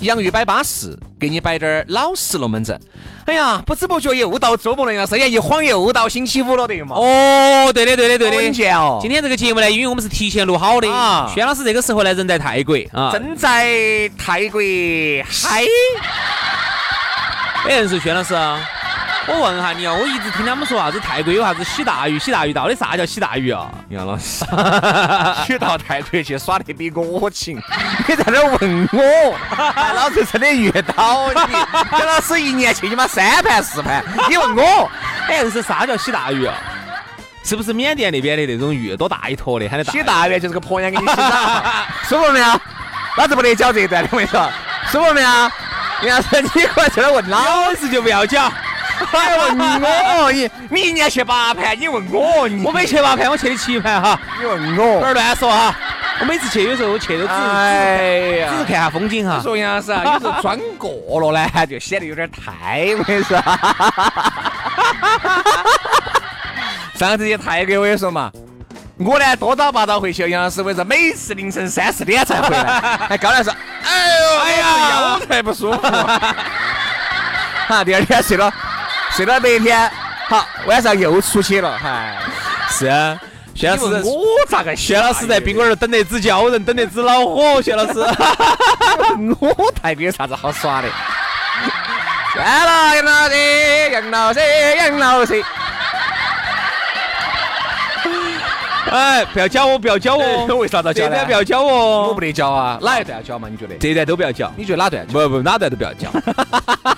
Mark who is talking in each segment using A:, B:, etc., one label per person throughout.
A: 洋芋摆巴适，给你摆点儿老实龙门阵。哎呀，不知不觉又到周末了杨老师，哎呀，一晃又到星期五了的嘛。
B: 哦，对的，对的，对的。
A: 好稳健哦
B: 今天这个节目呢，因为我们是提前录好的。
A: 啊
B: 轩老师这个时候呢，人在泰国啊，
A: 正在泰国 嗨，
B: 哎，人说轩老师啊，我问一下你啊，我一直听他们说啥子泰国有啥子洗大鱼，洗大鱼到底啥叫洗大鱼啊？
A: 杨老师，去到泰国去耍得比我勤，你在那儿问我， 哎老子真的遇到你。杨老师一年去你妈三盘四盘，你问我，
B: 哎，人说啥叫洗大鱼啊？是不是缅甸那边的那种鱼，多大一坨的，喊得大
A: 洗大院就是个婆娘给你洗 澡，舒服了没有？老子不得讲这一段，我跟你说，舒服了没有？杨老师，你过来这儿问老
B: 老实就不要 讲。哎
A: 还问我，哎你你一年去八盘，你问我，你
B: 我没去八盘，我去的七盘哈，
A: 你问
B: 不
A: 我，
B: 要乱说哈。我每次去，有时候我去都只是
A: 哎
B: 只是
A: 呀。
B: 看下风景哈。
A: 说杨老 师啊，有时候装过了呢，就显得有点太，我跟你 说。上次去泰国，我跟你说嘛，我呢多早八早回去，杨老师我跟你说，每次凌晨三四点才回 来。还高老师，哎呦哎呀，腰太不舒服。 哈，第二天睡了，睡到白天，好，晚上又出去了，嗨。
B: 是啊，薛老
A: 你问
B: 师，
A: 我咋个？
B: 薛老师在宾馆儿等得只焦人，等得只恼 火。薛老师，
A: 我泰国有啥子好耍的？算了，杨老师，杨老师，杨老师，
B: 哎，不要教我，不要教我，
A: 为啥子
B: 这段不
A: 不要
B: 要
A: 教，
B: 教我，
A: 我不得教啊，哪一段要教嘛？你觉得？
B: 这段都不要教。
A: 你觉得哪段？
B: 不不，哪段都不要 教。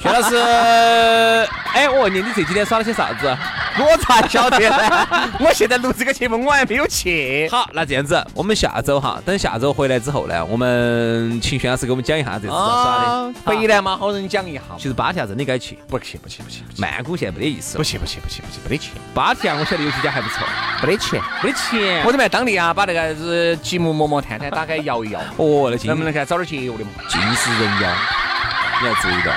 B: 薛老师，哎，我问你，你这几天耍了些啥子？啊
A: 我咋晓得呢？ 我现在录这个节目，我还没有去。
B: 好，那这样子，我们下周哈，等下周回来之后呢，我们请薛老师给我们讲一下这次咋耍的。啊
A: 回来嘛，好人讲一下。
B: 其实芭提雅真的该去，
A: 啊不去，不去，不去，不去，
B: 曼谷现在没得意思
A: 不
B: 了。
A: 去，不去，不去，不去，不得去，
B: 芭提雅我晓得有几家还不错，
A: 不得去。
B: 没得钱
A: 我。这边当地啊，把那个是积木磨磨探探打开摇一摇，
B: 哦，那今
A: 能不能看找点节约的嘛？
B: 尽是人妖，你要注意到。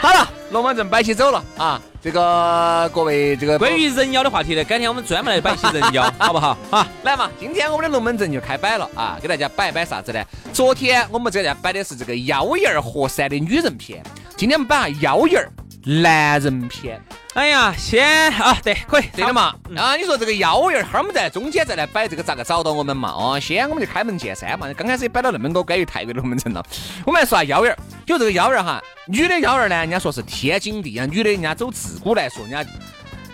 A: 好了，龙门阵摆起走了啊！这个各位，这个
B: 关于人妖的话题呢，改天我们专门来摆一些人妖，好不好？啊，
A: 来嘛，今天我们的龙门阵就开摆了啊！给大家摆一摆啥子呢？昨天我们给大家摆的是这个妖艳儿和善的女人篇，今天我们摆下妖艳儿男人篇，
B: 哎呀，先啊，对，可以，
A: 对的？嘛？
B: 嗯
A: 啊，你说这个妖艳儿，哈儿我们在中间再来摆这个咋个找到我们嘛？哦，先我们就开门见山嘛，刚开始也摆了那么多关于泰国的龙门阵了，我们来说下妖艳儿。就这个妖艳儿哈，女的妖艳儿呢，人家说是天经地义，啊女的人家走自古来说，人家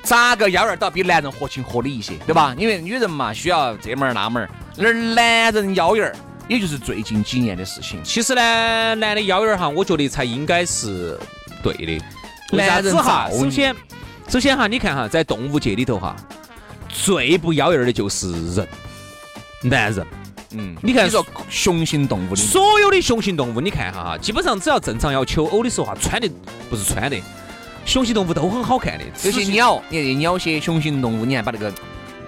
A: 咋个幺儿都要比男人合情合理一些，对吧？因为女人嘛，需要这门儿那门儿，而男人幺儿，也就是最近几年的事情。
B: 其实呢，男的妖艳儿哈，我觉得才应该是对的。为啥子哈？
A: 男人造
B: 首
A: 孽
B: 先，首先哈，你看哈，在动物界里头哈，最不妖艳儿的就是人，男人。
A: 嗯，
B: 你看
A: 你说雄性动物的，
B: 所有的雄性动物，你看一下哈，基本上只要正常要求偶的时候哈，穿的不是穿的，雄性动物都很好看的，
A: 有些鸟，你看这鸟些雄性动物，你还把那个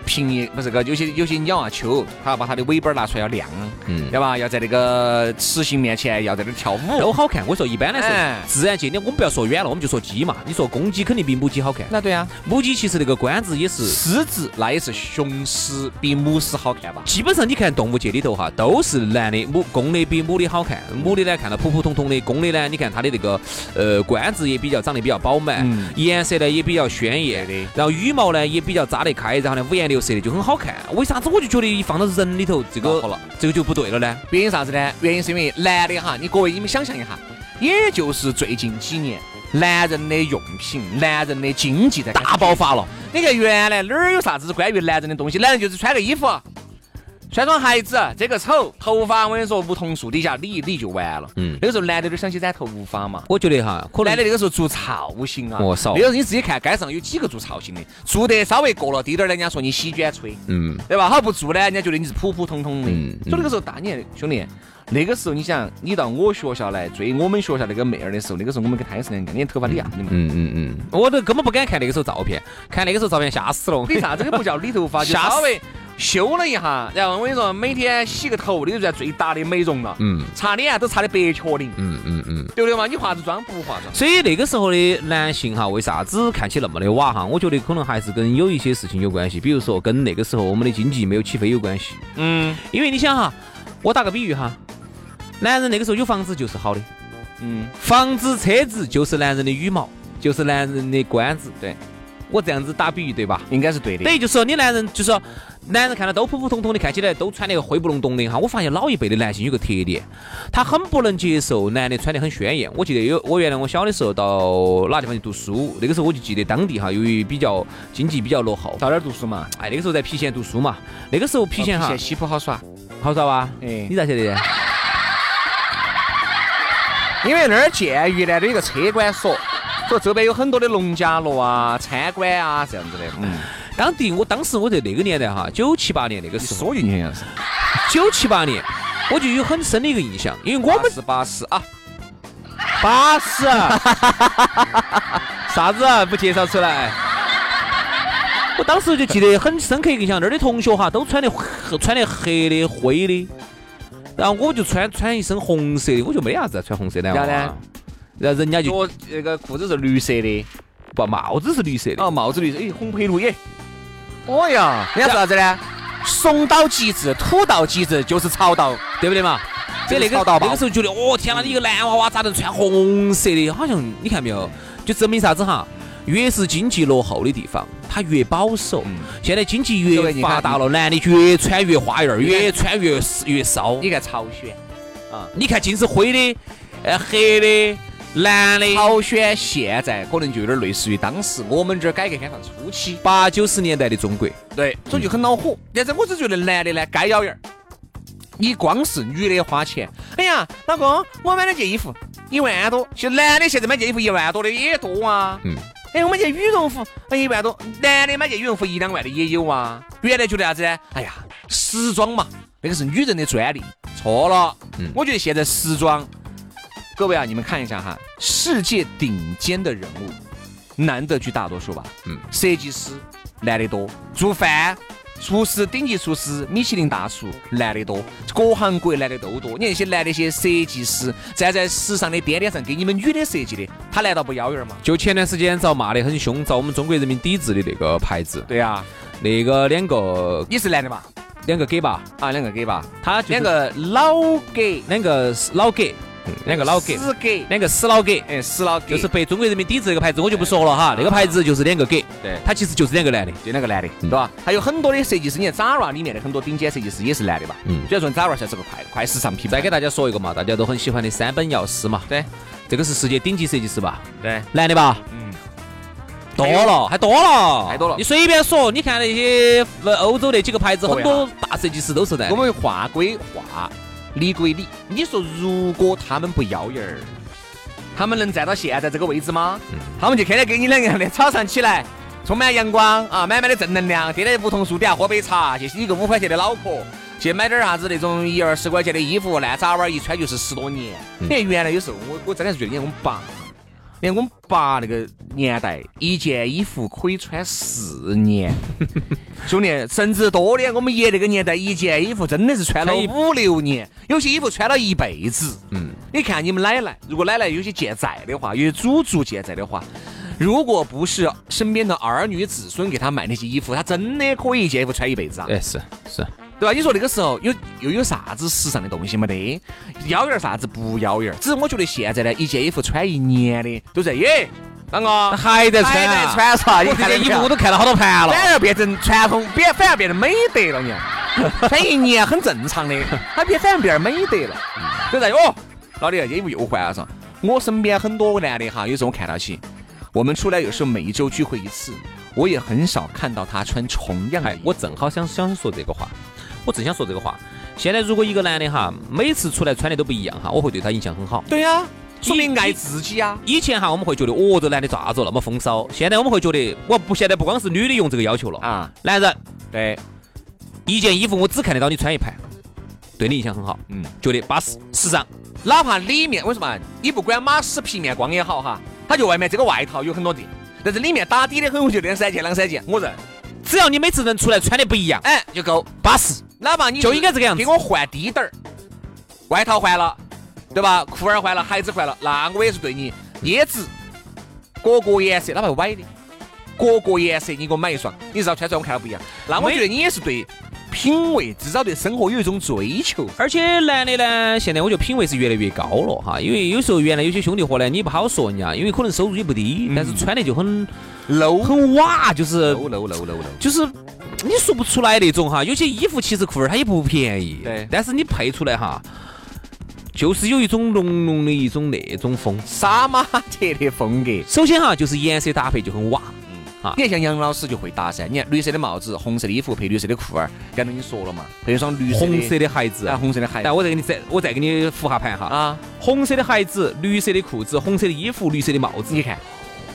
A: 平叶不是个有些有些鸟啊秋，它要把它的尾巴儿拿出来要亮，
B: 嗯
A: 对吧？要在那个雌性面前要在那儿跳舞。
B: 都好看。我说一般来
A: 哎
B: 说，自然界的我们不要说远了，我们就说鸡嘛。你说公鸡肯定比母鸡好看，
A: 那对啊，
B: 母鸡其实那个冠子也是，
A: 狮子那也是雄狮比母狮好看吧？
B: 基本上你看动物界里头哈，都是男的母公的比母的好
A: 嗯
B: 看，母的呢看到普普通通的，公的呢你看它的那个呃冠子也比较长得比较饱满
A: 嗯，
B: 颜色呢也比较鲜艳
A: 对的，
B: 然后羽毛呢也比较扎得开，然后呢五颜六色的就很好看。为啥子我就觉得一放到人里头这
A: 恼
B: 个
A: 火了。
B: 这个就不对了呢？
A: 原因啥子呢？原因是因为男的哈，你各位你们想象一下，也就是最近几年，男人的用品、男人的经济在大爆发了。你看原来哪儿有啥子关于男人的东西？男人就是穿个衣服，穿双鞋子，这个丑，头发我跟你说，梧桐树底下理一理就完了。
B: 嗯
A: 那个时候男的都想去染头发嘛。
B: 我觉得哈，可能
A: 男的那个时候做造型啊，
B: 哦少
A: 那个时候你自己看街上有几个做造型的，做得稍微过了低点儿的，人家说你洗卷吹。
B: 嗯
A: 对吧？好不做呢，人家觉得你是普普通通的。
B: 嗯嗯
A: 所以那个时候，大年兄弟，那个时候你想，你到我学校来追我们学校那个妹儿的时候，那个时候我们跟她也是两个，你头发理样的嘛。
B: 嗯嗯嗯，我都根本不敢看那个时候照片，看那个时候照片吓死了。
A: 为啥这个不叫理头发？就
B: 吓死
A: 稍微修了一下，然后我跟你说，每天洗个头，那就算最大的美容了。
B: 嗯
A: 擦脸都擦的白雀灵，
B: 嗯嗯嗯。
A: 对不对嘛？你化着妆不化妆？
B: 所以那个时候的男性哈，为啥子看起那么的瓦哈？我觉得可能还是跟有一些事情有关系，比如说跟那个时候我们的经济没有起飞有关系。
A: 嗯
B: 因为你想哈，我打个比喻哈，男人那个时候有房子就是好的，
A: 嗯，
B: 房子车子就是男人的羽毛，就是男人的官子。
A: 对，
B: 我这样子打比喻对吧？
A: 应该是对的。
B: 等于就是说，你男人就是说，男人看到都普普通通的，看起来都穿那个灰不隆咚的哈。我发现老一辈的男性有个特点，他很不能接受男的穿得很鲜艳。我记得有我原来我小的时候到哪地方去读书，那个时候我就记得当地哈，由于比较经济比较落后，
A: 到哪儿读书嘛？
B: 哎，那个时候在郫县读书嘛，那个时候哦郫县哈
A: 西浦好耍。
B: 好耍吧？
A: 哎
B: 你，咋晓得的？
A: 哎因为那儿建于呢，有一个车管所，说周边有很多的农家乐啊、餐馆啊这样子的。嗯，
B: 当地我当时我在那个年代哈，九七八年那个时候，
A: 进去像是
B: 九七八年我就有很深的一个印象，因为我们
A: 是八十啊，
B: 巴 适，啥子啊？不介绍出来？我当时就记得很深刻一个印象，那儿的同学哈都穿的穿的黑的灰的，然后我就穿穿一身红色的，我就没啥子啊穿红色的
A: 然后呢
B: 啊。然后人家就
A: 脚那个裤子是绿色的，
B: 把帽子是绿色的，
A: 哦，帽子绿色，哎，红配绿耶。哦呀，人家说啥子呢？怂到极致，土到极致就是潮到。
B: 对不对嘛？
A: 这
B: 在
A: 个
B: 那个
A: 超大包
B: 那个时候觉得，哦天哪，你一个男娃娃咋能穿红色的？好像你看没有，就证明啥子哈？越是经济落后的地方，它越保守。
A: 嗯
B: 现在经济
A: 各位
B: 越
A: 你看
B: 发达了，男的越穿越花样儿，越穿越越骚。
A: 你看朝鲜，
B: 你看，尽是灰的，呃，黑的，蓝的，
A: 朝鲜现在可能就有点类似于当时我们这儿改革开放初期，
B: 八九十年代的中国，
A: 对，所以就很恼火。但是我只觉得男的呢，该咬人儿。你光是女的花钱，哎呀，老公，我买了件衣服一万多，其实男的现在买件衣服一万多的也多啊。
B: 嗯，
A: 哎，我买件羽绒服，哎一万多，男的买件羽绒服一两万的也有啊。原来觉得啥子呢？哎呀，时装嘛，那个是女人的专利，错了。
B: 嗯
A: 我觉得现在时装，各位啊，你们看一下哈，世界顶尖的人物，男的居大多数吧。
B: 嗯
A: 设计师男的多，做饭。厨师、顶级厨师、米其林大厨，男的多，各行各业男的都多。你看那些男的一些设计师，站在时尚的边边上给你们女的设计的，他难道不妖艳吗？
B: 就前段时间遭骂得很凶，遭我们中国人民抵制的那个牌子，
A: 对呀、啊
B: 那个两个
A: 你是男的嘛？
B: 两个给吧，
A: 啊，两个给吧，
B: 他就是
A: 两个老给，
B: 两个老给，两个老给，
A: 死给，
B: 两个死老给，
A: 哎，死老
B: 就
A: 给，
B: 是被中国人民抵制这个牌子，我就不说了哈。那个牌子就是两个给，
A: 对
B: 它其实就是两个男的。
A: 就那个男的，对吧？还有很多的设计师，你看 Zara 里面的很多顶尖设计师也是男的吧？
B: 嗯
A: 虽然说 Zara 现在是个快快时尚品
B: 再
A: 牌，
B: 给大家说一个嘛，大家都很喜欢的三本药师嘛，
A: 对
B: 这个是世界顶级设计师吧，
A: 对，
B: 男的吧，
A: 嗯，
B: 多
A: 还
B: 了，还多了，
A: 太多了
B: 你随便说，你看那些呃欧洲那几个牌子，
A: 各位
B: 很多大设计师都是男
A: 我
B: 的。
A: 们话归话，理归理，你说如果他们不妖艳儿，他们能站到现在这个位置吗？他们就天天给你两个样的早上起来。充满阳光啊，满满的正能量。天天梧桐树底下喝杯茶，去洗个五块钱的脑壳，去买点啥子那种一二十块钱的衣服，烂渣娃儿一穿就是十多年。你
B: 嗯
A: 看原来有时候我我真的是觉得，你看我们爸，你看我们爸那个年代，一件衣服可以穿四 年。兄弟，甚至多的，我们爷那个年代，一件衣服真的是穿了
B: 穿一
A: 五六年，有些衣服穿了一辈子。
B: 嗯，
A: 你看你们奶奶，如果奶奶有些健在的话，有些祖祖健在的话，如果不是身边的儿女子孙给她买那些衣服，她真的可以一件衣服穿一辈子啊，
B: 哎，是是，
A: 对吧？你说那个时候有又有啥子时尚的东西没得？妖艳儿啥子不妖艳儿？只是我觉得现在呢，一件衣服穿一年的都在耶，啷个
B: 还在
A: 还
B: 穿
A: 在
B: 啊？
A: 穿啥？你
B: 我
A: 看
B: 这
A: 得
B: 件衣
A: 见
B: 服我都看了好多盘了。
A: 反而变成传统，变反而变成美德了 你。穿一年很正常的，它变反而变成美德了。所以说哟，老李这衣服又换了噻。我身边很多男的哈，有时候我看到起，我们出来有时候每一周聚会一次，我也很少看到他穿重样的
B: 哎
A: 衣，服。
B: 我正好想想说这个话，我正想说这个话。现在如果一个男的哈，每次出来穿的都不一样哈，我会对他印象很好。
A: 对呀、说明
B: 你
A: 爱
B: 你
A: 自己呀、
B: 以前哈，我们会觉得哦，这男的咋子那么风骚？现在我们会觉得，我不现在不光是女的用这个要求了
A: 啊。，
B: 男人
A: 对，
B: 一件衣服我只看得到你穿一盘，对你印象很好，
A: 嗯，
B: 觉得巴适时尚。
A: 哪怕里面为什么你不管马屎皮面光也好哈，他就外面这个外套有很多件，但是里面打底的很，我就两三件两三件，我认。
B: 只要你每次能出来穿的不一样，
A: 哎，就够
B: 巴适。
A: 哪怕你
B: 就应该这个样子
A: 给我换低点儿，外套换了，对吧？裤儿换了，鞋子换了，那我也是对你椰子，各个颜色，哪怕歪的，各个颜色你给我买一双，你至少穿出来我看到不一样。那我
B: 没
A: 觉得你也是对品味，至少对生活有一种追求。
B: 而且男的呢，现在我觉得品味是越来越高了哈，因为有时候原来有些兄弟伙呢，你不好说人家，因为可能收入也不低，但是穿的就很
A: low
B: 很瓦，就是
A: low low low low low。
B: 就是你说不出来那种哈。有些衣服其实裤儿它也不便宜，
A: 对
B: 但是你配出来哈，就是有一种浓浓的一种那种风。
A: 杀马特的风格，
B: 首先哈，就是颜色搭配就很瓦，
A: 你看像杨老师就会搭噻。你看绿色的帽子，红色的衣服配绿色的裤儿，刚才跟你说了嘛，配一双绿色的
B: 红色的鞋子
A: 啊，。红色的鞋
B: 但我再给你再我再给你复下盘哈，
A: 啊，
B: 红色的鞋子，绿色的裤子，红色的衣服，绿色的帽子，
A: 你看，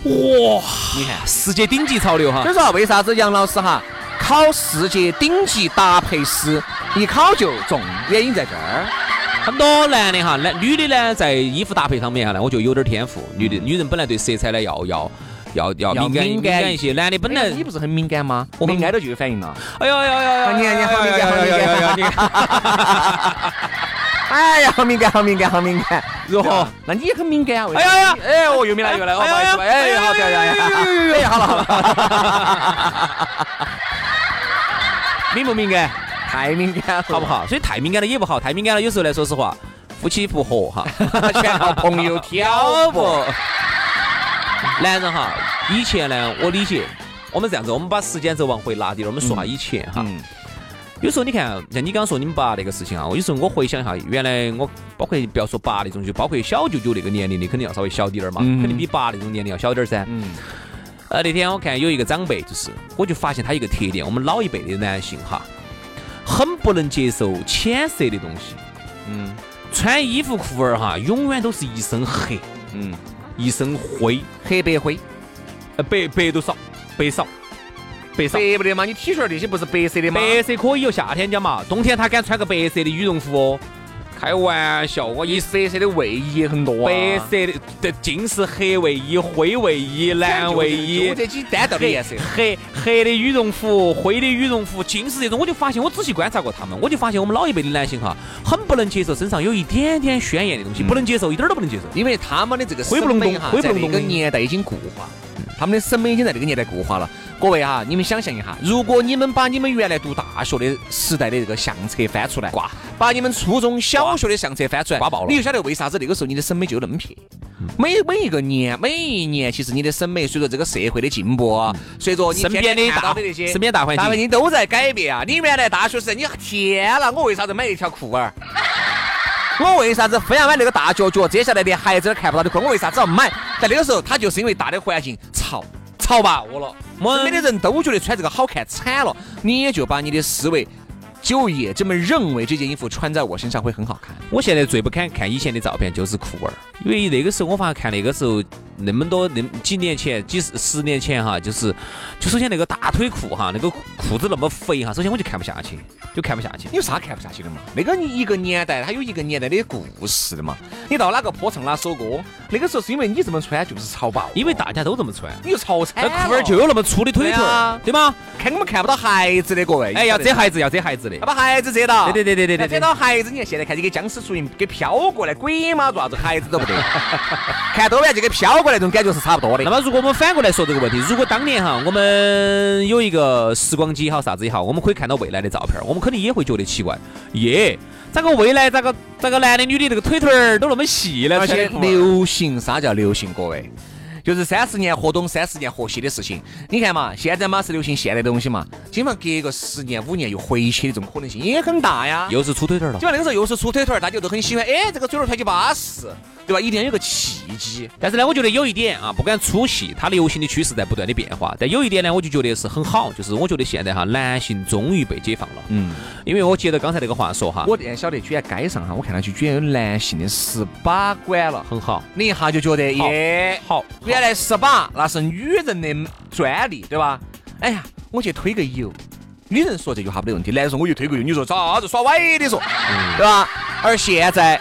B: 哇，
A: 你看。
B: 世界顶级潮流 哈
A: 所。以说啊为啥子杨老师哈考世界顶级搭配师，一考就中，原因在这儿。
B: 很多男的哈，男女的呢，在衣服搭配上面哈呢，我就有点天赋。女的女人本来对色彩呢要要要要
A: 要
B: 敏感
A: 敏
B: 敏
A: 感
B: 感一些，男的本来
A: 哎呀你不是很敏感吗？我
B: 我
A: 们
B: 很
A: 挨到就有反应了。
B: 哎呦呦呦呦！
A: 你看你看好敏感好敏感
B: 哎呦哎呦哎呦哎呦哎呦你看
A: 哎呀，好敏感，好敏感，好敏感。
B: 如何？
A: 那你也很敏感啊？
B: 哎呀呀！
A: 哎，我又没来又来，哦不好意思，
B: 哎呀
A: 哎，好，不要要要，哎，好了好了，
B: 敏不敏感？
A: 太敏感了，
B: 好不？好？所以太敏感了也不好，太敏感了有时候来说实话，夫妻不和哈。
A: 全靠朋友挑 拨。。
B: 男人哈，以前呢，我理解，我们这样子，我们把时间轴往回拉点儿，我们说下以前哈。
A: 嗯，
B: 有时候你看，像你刚刚说你们爸那个事情啊，我有时候我回想一下，原来我包括不要说爸那种，就包括小舅舅那个年龄的，肯定要稍微小滴点儿嘛，
A: 嗯
B: 肯定比爸那种年龄要小点儿噻。
A: 嗯，
B: 呃，那天我看有一个长辈，就是我就发现他一个特点，我们老一辈的男性哈，很不能接受浅色的东西，
A: 嗯，
B: 穿衣服裤儿哈，永远都是一身黑，
A: 嗯，
B: 一身灰，
A: 黑白灰，
B: 呃，白白都少，白少，白少。
A: 白不得嘛？你 T 恤那些不是白色的吗？
B: 白色可以有夏天讲嘛，冬天他敢穿个白色的羽绒服哦？开玩笑，我一
A: 一白色的卫衣也很多啊。
B: 白色的，这尽是黑卫衣、灰卫衣、蓝卫衣
A: 就。这几单调的颜色。
B: 黑黑的羽绒服、灰的羽绒服，尽是这种。我就发现，我仔细观察过他们，我就发现我们老一辈的男性哈，很不能接受身上有一点点鲜艳的东西，
A: 嗯哦
B: 不能接受，一点儿都不能接受。
A: 因为他们的这个
B: 灰不
A: 审
B: 隆
A: 美
B: 咚
A: 哈，
B: 灰不
A: 在
B: 隆
A: 那
B: 咚
A: 个年代已经固化，他们的审美已经在这个年代固化了。各位哈，你们想象一下，如果你们把你们原来读大学的时代的这个相册翻出来，
B: 挂，
A: 把你们初中小学的相册翻出来，
B: 刮爆了嗯
A: 你就晓得为啥子那个时候你的审美就那么撇。每每一个年，每一年，其实你的审美随着这个社会的进步啊，随着你
B: 身边
A: 天天
B: 的
A: 看到
B: 大
A: 的那些
B: 身边大环
A: 大环
B: 境，
A: 境都在改变啊！你原来大学时代，你天啦，我为啥子买一条裤儿？ 我为啥子非要买那个大脚脚？接下来连孩子都看不到的裤儿，我为啥子要买？在那个时候，他就是因为大的环境潮潮吧我了，
B: 我
A: 身边的人都觉得穿这个好看惨了，你也就把你的思维就也这么认为这件衣服穿在我身上会很好看。
B: 我现在最不敢看以前的照片就是裤儿，因为那个时候我发现看那个时候那么多那么几年前几十十年前哈，就是就首先那个大腿裤哈，那个裤子那么肥哈，首先我就看不下去，就看不下去。
A: 你有啥看不下去的嘛？那个你一个年代，它有一个年代的故事的嘛。你到哪个坡上哪首歌，那个时候是因为你这么穿就是潮爆了，
B: 因为大家都这么穿，
A: 你就潮惨
B: 那
A: 了。
B: 裤儿就有那么粗的
A: 哎
B: 腿
A: 对
B: 腿
A: 啊
B: 儿，对吗？
A: 看我们看不到孩子的各位，
B: 哎，要遮
A: 这，
B: 孩子，啊要遮孩子的
A: 要。把孩子遮到，
B: 对对对对对
A: 要遮
B: 对
A: 到孩子，你看现在看这个僵尸树影给飘过来，鬼嘛爪子孩子都不 得，看多远就给飘过来，这种感觉是差不多
B: 那
A: 的。
B: 么，如果我们反过来说这个问题，如果当年哈，我们有一个时光机也好，啥子也好，我们可以看到未来的照片儿，我们肯定也会觉得奇怪，耶，咋个未来咋个咋个男的女的这个腿腿儿都那么细呢？
A: 而且
B: 穿的裤儿
A: 流行啥叫流行？各位，就是三十年河东，三十年河西的事情。你看嘛，现在嘛是流行现代的东西嘛，基本上隔个十年五年又回去的这种可能性也很大呀。
B: 又是粗腿腿儿了
A: 基。本上那个时候又是粗腿腿儿，大家都很喜欢，哎，这个腿腿儿穿起巴适，对吧？一定要有个契机。
B: 但是呢，我觉得有一点啊，不管粗细，它流行的趋势在不断的变化。但有一点呢，我就觉得是很好，就是我觉得现在哈，男性终于被解放了。
A: 嗯。
B: 因为我接着刚才那个话说哈，
A: 我现在晓得，居然街上哈，我看到起居然有男性的十八馆了，
B: 很好，
A: 你一下就觉得
B: 好
A: 耶，
B: 好，
A: 原来十八那是女人的专利，对吧？哎呀，我去推个油，女人说这句话没得问
B: 嗯
A: 题，男人说我去推个油，你说咋子耍歪的说，对吧？而现在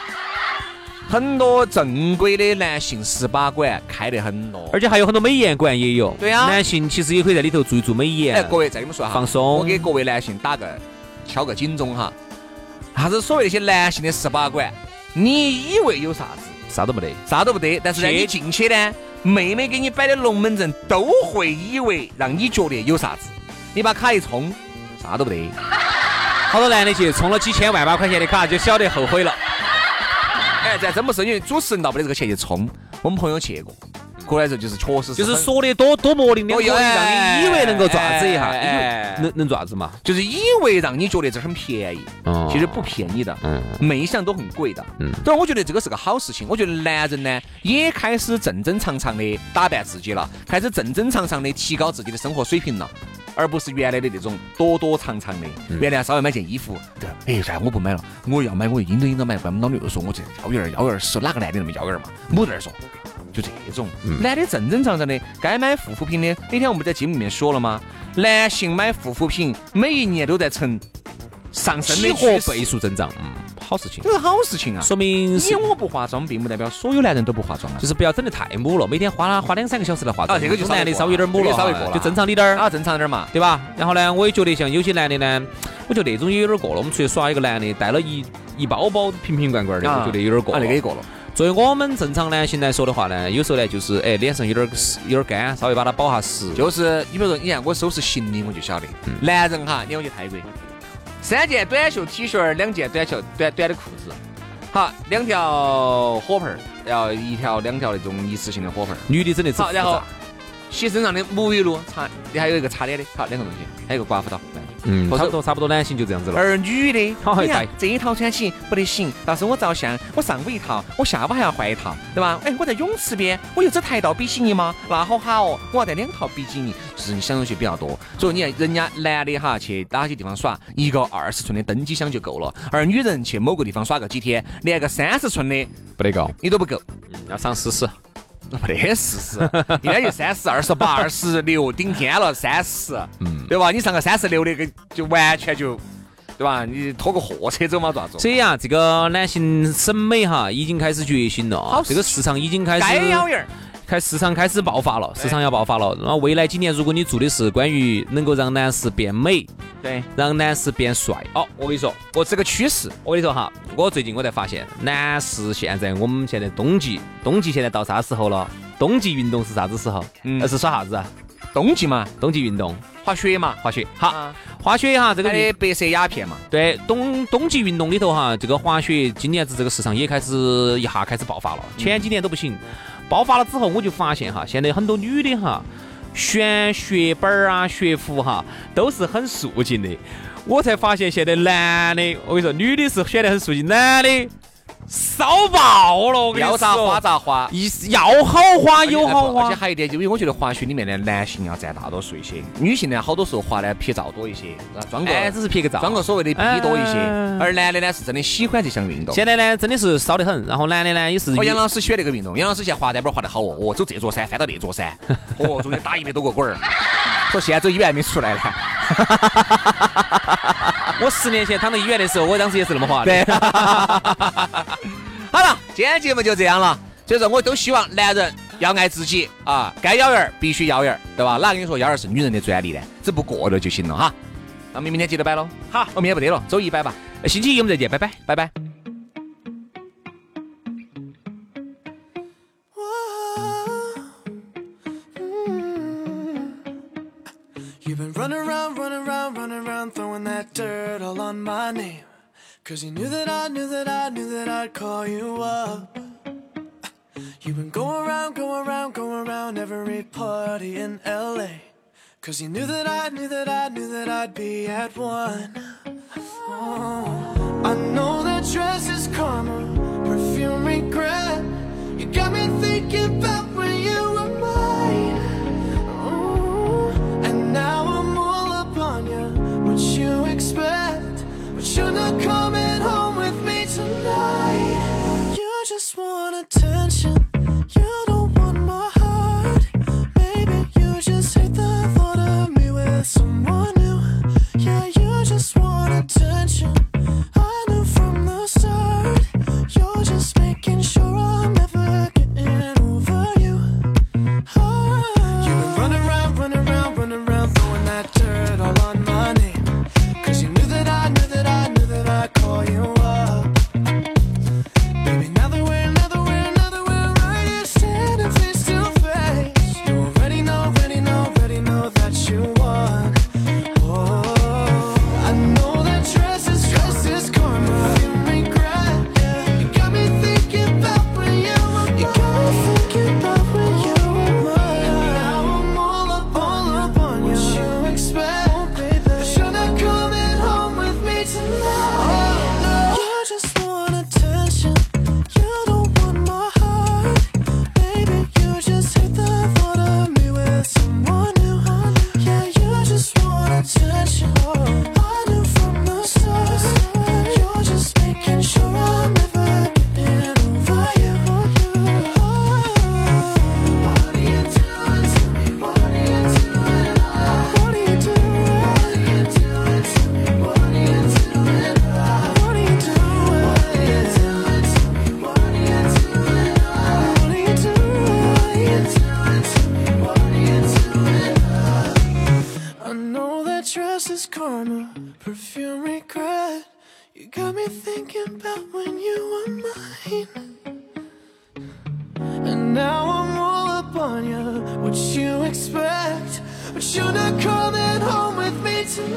A: 很多正规的男性 SPA 馆开得很多。
B: 而且还有很多美颜馆也有。
A: 对呀
B: 男性其实也可以在里头做一做美
A: 哎，
B: 颜
A: 各。位再跟你们说哈，
B: 放松
A: 我给各位男性打个敲个警钟哈，啥子所谓那些男性的 SPA 馆，你以为有啥子？
B: 啥都没得。
A: 啥都不得，但是呢，
B: 去
A: 你进去呢，妹妹给你摆的龙门阵都会以为让你觉得有啥子，你把卡一充，啥都不得。
B: 好多男的去充了几千万把块钱的卡，就晓得后悔 了。
A: 哎，这还真不是因为主持人倒没得这个钱去充，我们朋友去过，过来之后就是确实是
B: 就是
A: 很
B: 说的多多模棱两可
A: 哦
B: 的，
A: 哎
B: 让你以为能够爪子一下，
A: 哎
B: 因为能能爪子嘛？
A: 就是以为让你觉得这儿很便宜，
B: 哦
A: 其实不便宜的。
B: 嗯，
A: 每一项都很贵的，
B: 嗯
A: 但我觉得这个是个好事情。我觉得男人呢，也开始正正常常的打扮自己了，开始正正常常的提高自己的生活水平了，而不是原来的那种躲躲藏藏的。原来稍微买件衣服，对，哎，算了，我不买了，我要买我就应着应着买，不然我们老娘又说我这幺眼儿幺眼儿是哪个男的那么幺眼儿嘛，母在那儿说。就这种，男的正正常常的，该买护肤品的，那天我们在节目里面说了吗？男性买护肤品，每一年都在呈上升
B: 几
A: 的
B: 何
A: 趋势
B: 倍数增长，嗯，好事情
A: 这，是好事情啊。
B: 说明
A: 你
B: 是
A: 我不化妆，并不代表所有男人都不化妆啊
B: 就。是不要整得太母了，每天花花两三个小时来化妆，
A: 啊这个就
B: 有男的稍
A: 稍微
B: 微有点母了，
A: 这个稍微过了
B: 就正常滴点儿，
A: 啊，正常点儿嘛。
B: 对吧？然后呢，我也觉得像有些男的呢，我觉得那种也有点过了。我们出去耍，一个男的带了一一包包瓶瓶罐罐的，
A: 啊
B: 我觉得有点过
A: 啊，
B: 了
A: 那个。也过了。
B: 作为我们正常呢，现在说的话呢，有时候呢就是哎脸上有点有点干，稍微把它保下湿。
A: 就是你比如说，你看我收拾行李，我就晓得，男人哈，你看我去泰国，三件短袖 T 恤儿，两件短袖短短的裤子，好，两条火盆儿，然后一条两条那种一次性的火盆儿。
B: 女的整得
A: 好，然后洗身上的沐浴露、擦，你还有一个擦脸的，好，两个东西，还有一个刮胡刀。
B: 嗯，
A: 或者
B: 差不多差不多男性就这样子了。
A: 而女的，
B: 好
A: 你看
B: 对
A: 这一套穿起不得行，到时候我照相，我上午一套，我下午还要换一套，对吧？哎，我在泳池边，我又只抬一道比基尼吗？那好哈哦，我要带两套比基尼，就是你想东西比较多。所以你看人家男的哈去哪些地方耍，一个二十寸的登机箱就够了，而女人去某个地方耍个几天，连个三十寸的
B: 不得搞，
A: 你都不够。
B: 要上试试。
A: 没得四十，一般就三十、二十八、二十六，顶天了三十，对吧？你上个三十六的，跟就完全就，对吧？你拖个货车走嘛，咋子？
B: 所以啊，这个男性审美哈已经开始觉醒了啊，
A: 好
B: 这个市场已经开
A: 该咬
B: 始
A: 人儿，
B: 开市场开始爆发了，市场要爆发了。然后未来几年，如果你做的是关于能够让男士变美，
A: 对，
B: 让男士变帅，哦，我跟你说，
A: 我这个趋势，
B: 我跟你说哈，我最近我才发现，男士现在我们现在冬季，冬季现在到啥时候了？冬季运动是啥子时候？
A: 嗯
B: 呃是耍啥子啊？
A: 冬季嘛，
B: 冬季运动，
A: 滑雪嘛，
B: 滑雪。好，
A: 啊，哎
B: 滑雪哈，这个
A: 买的白色鸦片嘛，
B: 对，冬冬季运动里头哈，这个滑雪今年子这个市场也开始一下开始爆发了，
A: 嗯
B: 前几年都不行，爆发了之后我就发现哈，现在很多女的哈，选雪板儿啊、雪服哈，都是很素净的。我才发现现在男的，我跟你说，女的是选得很素净，男的骚爆了，我跟你
A: 要咋花
B: 说，
A: 咋花。
B: 一要好花有
A: 而
B: 好
A: 且
B: 花。
A: 还有一点，因为我觉得滑雪里面的男性要占大多数一些，女性呢好多时候滑呢撇照多一些，啊装个
B: 哎，只是拍个照。
A: 装个所谓的逼多一些
B: 哎，
A: 而男的呢是真的喜欢这项运动。
B: 现在呢，真的是骚得很。然后男的呢，也是
A: 哦，杨老师选那个运动，杨老师现在滑单板滑得好哦，哦，走这座山，翻到那座山，哦，中间打一百多个滚儿，说现在走一百还没出来呢。
B: 我十年前躺在医院的时候，我当时也是那么滑的。
A: 对， 好了，今天节目就这样了。所以说，我都希望男人要爱自己啊，该咬人儿必须咬人儿，对吧？哪跟你说咬人儿是女人的专利呢？只不过了就行了哈。那我们明天接着摆喽。好，我明天不得了，周一摆吧，
B: 星期一我们再见，拜拜。
A: 拜拜。
C: You've been running around, running around, running around, throwing that dirt all on my name. Cause you knew that I knew that I knew that I'd call you up. You've been going around, going around, going around every party in LA. Cause you knew that I knew that I knew that I'd be at one. Oh. I know that dress is karma, perfume regret. You got me thinking about when you were mine. Ooh, And now I'm all up on you. What you expect? But you're not coming home with me tonight. You just want attention. You don't want my heart. Maybe you just hate the thought of me with someone new. Yeah, you just want attention. I knew from the start. You're just making sure. Oh, Oh, I knew from the start you're just making sure I'm never getting over you. What are you doing to me? What are you doing? What are you doing? What are you doing to me? What are you doing? What are you doing? What are you doing to me? What are you doing? What are you doing? What are you doing? I know that dress is karma, perfume regret. You got me thinking about when you were mine. And now I'm all up on you, what you expect. But you're not coming home with me tonight. Oh.